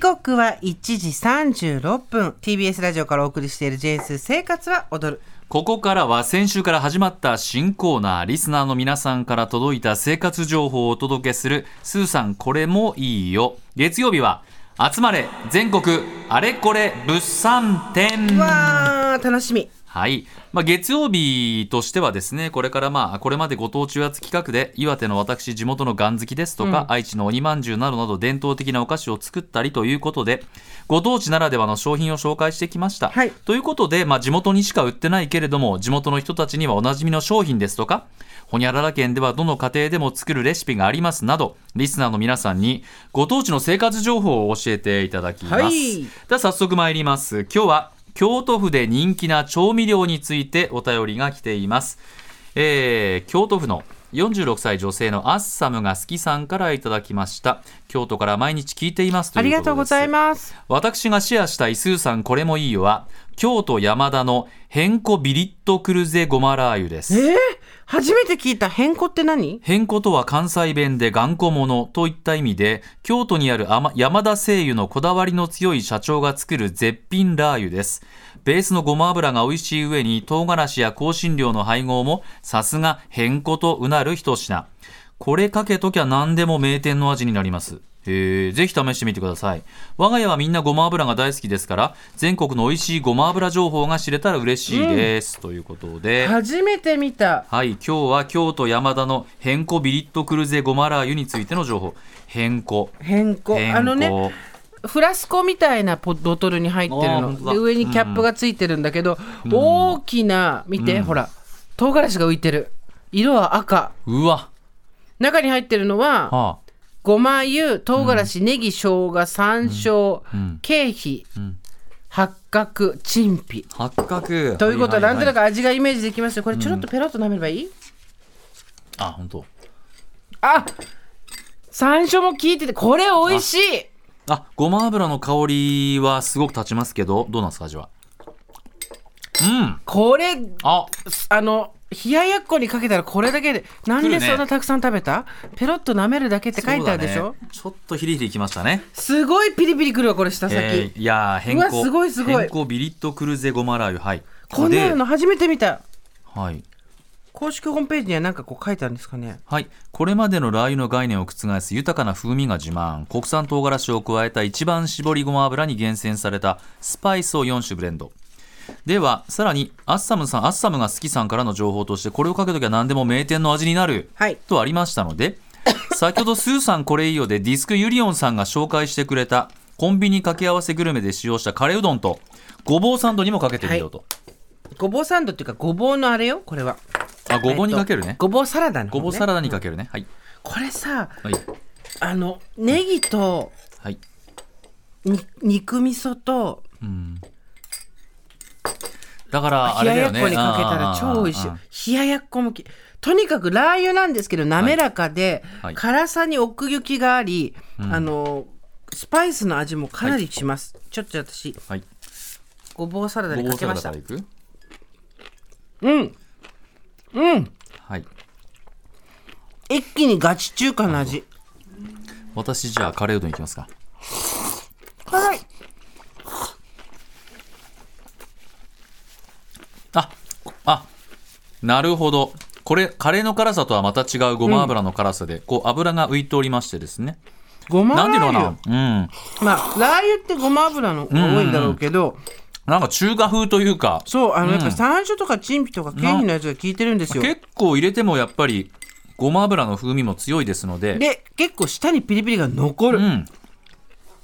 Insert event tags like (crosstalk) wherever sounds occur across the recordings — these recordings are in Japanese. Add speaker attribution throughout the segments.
Speaker 1: 刻は1時36分 TBS ラジオからお送りしている「ジェンス生活は踊る
Speaker 2: ここからは先週から始まった新コーナー、リスナーの皆さんから届いた生活情報をお届けする、スーさんこれもいいよ。月曜日は、集まれ全国あれこれ物産展。」
Speaker 1: わー楽しみ
Speaker 2: はい、まあ、月曜日としてはですねこれからまあこれまでご当地おやつ企画で岩手の私地元のガン好きですとか、愛知の鬼まんじゅうなどなど伝統的なお菓子を作ったりということでご当地ならではの商品を紹介してきました、
Speaker 1: はい
Speaker 2: ということで、まあ、地元にしか売ってないけれども地元の人たちにはおなじみの商品ですとかほにゃらら県ではどの家庭でも作るレシピがありますなどリスナーの皆さんにご当地の生活情報を教えていただきます、
Speaker 1: はい
Speaker 2: では早速参ります今日は京都府で人気な調味料についてお便りが来ています、えー京都府の46歳女性のアッサムが好きさんからいただきました京都から毎日聞いていますと
Speaker 1: あり
Speaker 2: いう
Speaker 1: が
Speaker 2: ことです
Speaker 1: とうございます
Speaker 2: 私がシェアしたイスーさんこれもいいよは京都山田のヘンコビリットクルゼごまラー油で
Speaker 1: え
Speaker 2: す
Speaker 1: ー初めて聞いた変更って何
Speaker 2: 変更とは関西弁で頑固者といった意味で京都にある甘山田製油のこだわりの強い社長が作る絶品ラー油ですベースのごま油が美味しい上に唐辛子や香辛料の配合もさすが変更とうなる一品これかけときゃ何でも名店の味になりますへえぜひ試してみてください我が家はみんなごま油が大好きですから全国の美味しいごま油情報が知れたら嬉しいです、ということで
Speaker 1: 初めて見た
Speaker 2: はい、今日は京都山田の変更ビリットクルゼゴマラー油についての情報。変更。
Speaker 1: 変更
Speaker 2: 変更。
Speaker 1: あのねフラスコみたいなポボトルに入ってる
Speaker 2: あー本当
Speaker 1: の
Speaker 2: だ
Speaker 1: で上にキャップがついてるんだけど、大きな見て、ほら唐辛子が浮いてる色は赤
Speaker 2: うわ。
Speaker 1: 中に入ってるのは
Speaker 2: は
Speaker 1: ごま油唐辛子、ネギ生姜山椒、
Speaker 2: ん
Speaker 1: 経費、
Speaker 2: ん
Speaker 1: 八角陳皮
Speaker 2: あ、八角。
Speaker 1: ということは
Speaker 2: は
Speaker 1: ないん
Speaker 2: は
Speaker 1: と
Speaker 2: い
Speaker 1: な
Speaker 2: は
Speaker 1: いく味がイメージできますよこれちょろっとペロッと舐めればいい、
Speaker 2: あ、本当。
Speaker 1: あ山椒も効いててこれ美味しい
Speaker 2: あ、ごま油の香りはすごく立ちますけど、どうなんですか、味は。うん。
Speaker 1: これ
Speaker 2: あ、
Speaker 1: あの冷ややっこにかけたらこれだけでなんでそんなたくさん食べた、ペロッと舐めるだけって書いてあるでし
Speaker 2: そ
Speaker 1: ょ、
Speaker 2: うだねちょっとヒリヒリきましたね。
Speaker 1: すごいピリピリくるわこれ舌先、
Speaker 2: えーいやー変
Speaker 1: うわ
Speaker 2: 更。
Speaker 1: すごいすごい
Speaker 2: 変更ビリットクルゼゴマラー油、はい。
Speaker 1: こんな
Speaker 2: で
Speaker 1: の初めて見た
Speaker 2: はい。
Speaker 1: 公式ホームページには何かこう書いてあるんですかね
Speaker 2: はい、これまでのラー油の概念を覆す豊かな風味が自慢国産唐辛子を加えた一番搾りごま油に厳選されたスパイスを4種ブレンドではさらにアッサムさんアッサムが好きさんからの情報としてこれをかけときゃ何でも名店の味になる、
Speaker 1: はい
Speaker 2: とありました
Speaker 1: (laughs)
Speaker 2: ので先ほどスーさんこれいいよでディスクユリオンさんが紹介してくれたコンビニ掛け合わせグルメで使用したカレーうどんとごぼうサンドにもかけてみようと、
Speaker 1: ごぼうサンドっていうかごぼうのあれよこれは
Speaker 2: あごぼうにかけるね、
Speaker 1: えっとごぼうサラダの方
Speaker 2: ご
Speaker 1: ね
Speaker 2: ぼうサラダにかけるねはい
Speaker 1: これさ
Speaker 2: はい
Speaker 1: あのネギと
Speaker 2: はい
Speaker 1: に肉味噌と
Speaker 2: だからあ
Speaker 1: 冷
Speaker 2: れ
Speaker 1: や
Speaker 2: だ
Speaker 1: や
Speaker 2: よ
Speaker 1: っこ
Speaker 2: ね
Speaker 1: にかけたら超美味
Speaker 2: うんうんうんうん
Speaker 1: しい冷ややっこもきとにかくラー油なんですけど滑らかで、
Speaker 2: はい
Speaker 1: 辛さに奥行きがあり、あのスパイスの味もかなりします、ちょっと私
Speaker 2: はい。
Speaker 1: ごぼうサラダ
Speaker 2: ご
Speaker 1: に
Speaker 2: ぼ
Speaker 1: か
Speaker 2: う
Speaker 1: け
Speaker 2: サ
Speaker 1: ま
Speaker 2: ラダ
Speaker 1: し
Speaker 2: か
Speaker 1: た
Speaker 2: らいく。うん。うん。はい。
Speaker 1: 一気にガチ中華の味
Speaker 2: 私じゃあカレーうどんいきますか。
Speaker 1: 辛い
Speaker 2: あ、あ、なるほど。これカレーの辛さとはまた違うごま油の辛さで、こう油が浮いておりましてですね。
Speaker 1: ごま
Speaker 2: なんていう
Speaker 1: 油
Speaker 2: のかな。うん。
Speaker 1: まあラー油ってごま油のが多いんだろうけど、
Speaker 2: なんか中華風というか、
Speaker 1: そうあのやっぱ山椒とか陳皮とか経費のやつが効いてるんですよ
Speaker 2: 結構入れてもやっぱりごま油の風味も強いですので。
Speaker 1: で結構下にピリピリが残る、
Speaker 2: うん。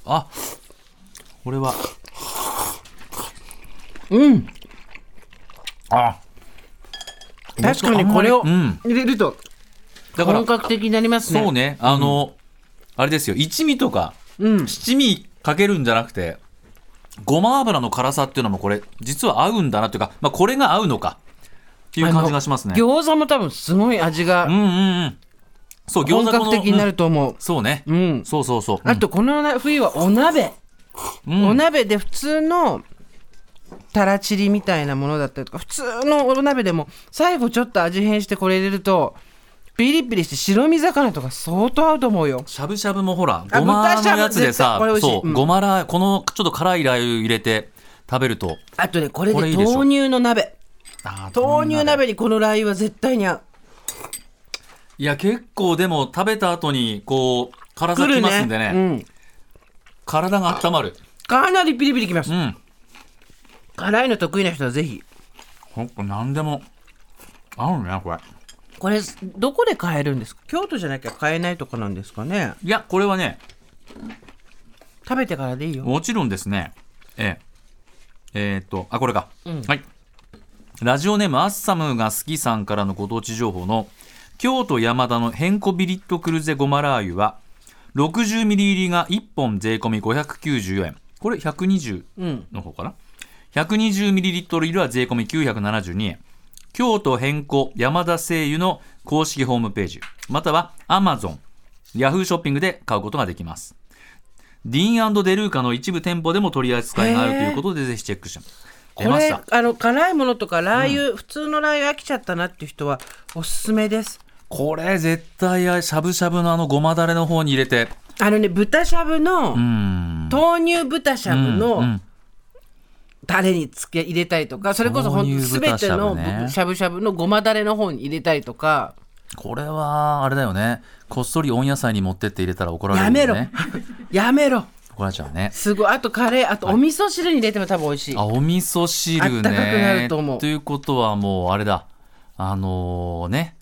Speaker 2: あ、これは。
Speaker 1: うん。
Speaker 2: あ、
Speaker 1: 確かにこれを
Speaker 2: あんまり
Speaker 1: 入
Speaker 2: うん
Speaker 1: れると
Speaker 2: だから
Speaker 1: 本格的になりますね
Speaker 2: そうね、あの、あれですよ、一味とか、
Speaker 1: うん
Speaker 2: 七味かけるんじゃなくて、ごま油の辛さっていうのもこれ、実は合うんだなというか、まあ、これが合うのかっていう感じがしますね。
Speaker 1: 餃子も多分すごい味
Speaker 2: う
Speaker 1: が
Speaker 2: んうんうん。そう、餃子
Speaker 1: 本格的にな
Speaker 2: る。
Speaker 1: ると思う、
Speaker 2: そうね。
Speaker 1: ん
Speaker 2: そうそうそう。
Speaker 1: あとこのな冬はお鍋、
Speaker 2: うん
Speaker 1: お鍋で普通のたらちりみたいなものだったりとか普通のお鍋でも最後ちょっと味変してこれ入れるとピリピリして白身魚とか相当合うと思うよ
Speaker 2: しゃぶしゃぶもほら
Speaker 1: あ
Speaker 2: ごまのや
Speaker 1: 豚
Speaker 2: つで
Speaker 1: しゃぶ絶対
Speaker 2: さ
Speaker 1: これ美味しい
Speaker 2: そううんごまラーこのちょっと辛いラー油入れて食べると
Speaker 1: あとねこれで
Speaker 2: これいいでしょ
Speaker 1: 豆乳の鍋
Speaker 2: あー
Speaker 1: 豆乳鍋にこのラー油は絶対に合う
Speaker 2: いや結構でも食べた後にこう辛さきますんでね
Speaker 1: うん、
Speaker 2: 体が温まる
Speaker 1: かなりピリピリきます、
Speaker 2: うん
Speaker 1: 辛いの得意な人はぜひ
Speaker 2: ほんと何でも合うねこれ
Speaker 1: これどこで買えるんですか京都じゃなきゃ買えないとかなんですかね
Speaker 2: いやこれはね
Speaker 1: 食べてからでいいよ
Speaker 2: もちろんですねえええーっとあこれか、はいラジオネームアッサムが好きさんからのご当地情報の京都山田のヘンコビリットクルゼごまラー油は60ミリ入りが1本税込み590円これ120
Speaker 1: うん
Speaker 2: の方かな120ミリリットル入りは税込み972円京都変更山田製油の公式ホームページまたは Amazon ヤフーショッピングで買うことができますディーンデルーカの一部店舗でも取り扱いがあるということでぜひチェックして
Speaker 1: こ
Speaker 2: 出まし
Speaker 1: れ
Speaker 2: た
Speaker 1: あの辛いものとかラー油、普通のラー油飽きちゃったなっていう人はおすすめです
Speaker 2: これ絶対しゃぶしゃぶのあのごまだれの方に入れて
Speaker 1: あのね豚しゃぶの、
Speaker 2: うん
Speaker 1: 豆乳豚しゃぶ
Speaker 2: う
Speaker 1: の
Speaker 2: ん
Speaker 1: タレにつけ入れたりとか、それこそ本
Speaker 2: 豆
Speaker 1: 当
Speaker 2: 乳
Speaker 1: す
Speaker 2: 豚
Speaker 1: べ
Speaker 2: し
Speaker 1: て
Speaker 2: ゃぶ
Speaker 1: の
Speaker 2: ね
Speaker 1: ぶしゃぶしゃぶのごまだれの方に入れたりとか、
Speaker 2: これはあれだよねこっそり温野菜に持ってって入れたら怒られる
Speaker 1: や
Speaker 2: よね
Speaker 1: めろやめろ
Speaker 2: 怒られちゃうね
Speaker 1: すごいあとカレーあとお味噌汁に入れても多分美味しい、
Speaker 2: あお味噌汁ね
Speaker 1: あったかくなると思う
Speaker 2: いうことはもうあれだあのね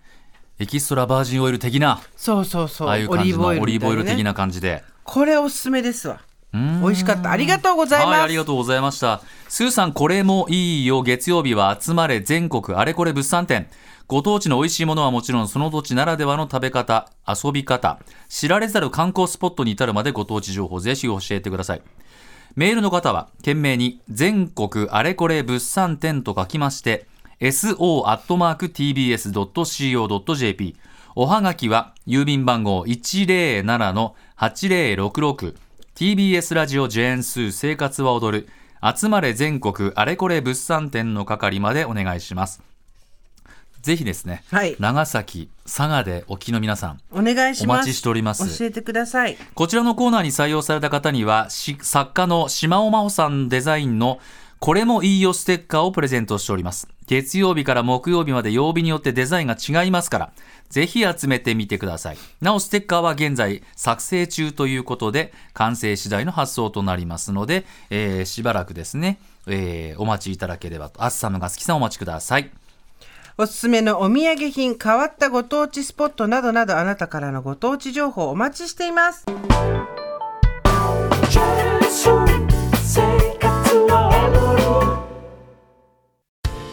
Speaker 2: エキストラバージンオイル的な
Speaker 1: そうそうそう
Speaker 2: ああいう感じのオリーブオイル
Speaker 1: みたいな
Speaker 2: 的
Speaker 1: ね
Speaker 2: な感じで
Speaker 1: これおすすめですわ
Speaker 2: うーん
Speaker 1: 美味しかったありがとうございます、
Speaker 2: はいありがとうございましたスーさんこれもいいよ月曜日は集まれ全国あれこれ物産展ご当地の美味しいものはもちろんその土地ならではの食べ方遊び方知られざる観光スポットに至るまでご当地情報ぜひ教えてくださいメールの方は、懸命に、全国あれこれ物産展と書きまして、so.tbs.co.jp。おはがきは、郵便番号107-8066。TBS ラジオジェーンスー生活は踊る。集まれ全国あれこれ物産展の係までお願いします。ぜひですね、
Speaker 1: はい
Speaker 2: 長崎、佐賀でお聞きの皆さん、
Speaker 1: お願いします
Speaker 2: お待ちしております
Speaker 1: 教えてください
Speaker 2: こちらのコーナーに採用された方には、し作家の島尾真帆さんデザインのこれもいいよステッカーをプレゼントしております。月曜日から木曜日まで曜日によってデザインが違いますから、ぜひ集めてみてください。なお、ステッカーは現在作成中ということで、完成次第の発送となりますので、えーしばらくですね、えーお待ちいただければと。アッサムが好きさんお待ちください。
Speaker 1: おすすめのお土産品変わったご当地スポットなどなどあなたからのご当地情報お待ちしています
Speaker 3: 生活は踊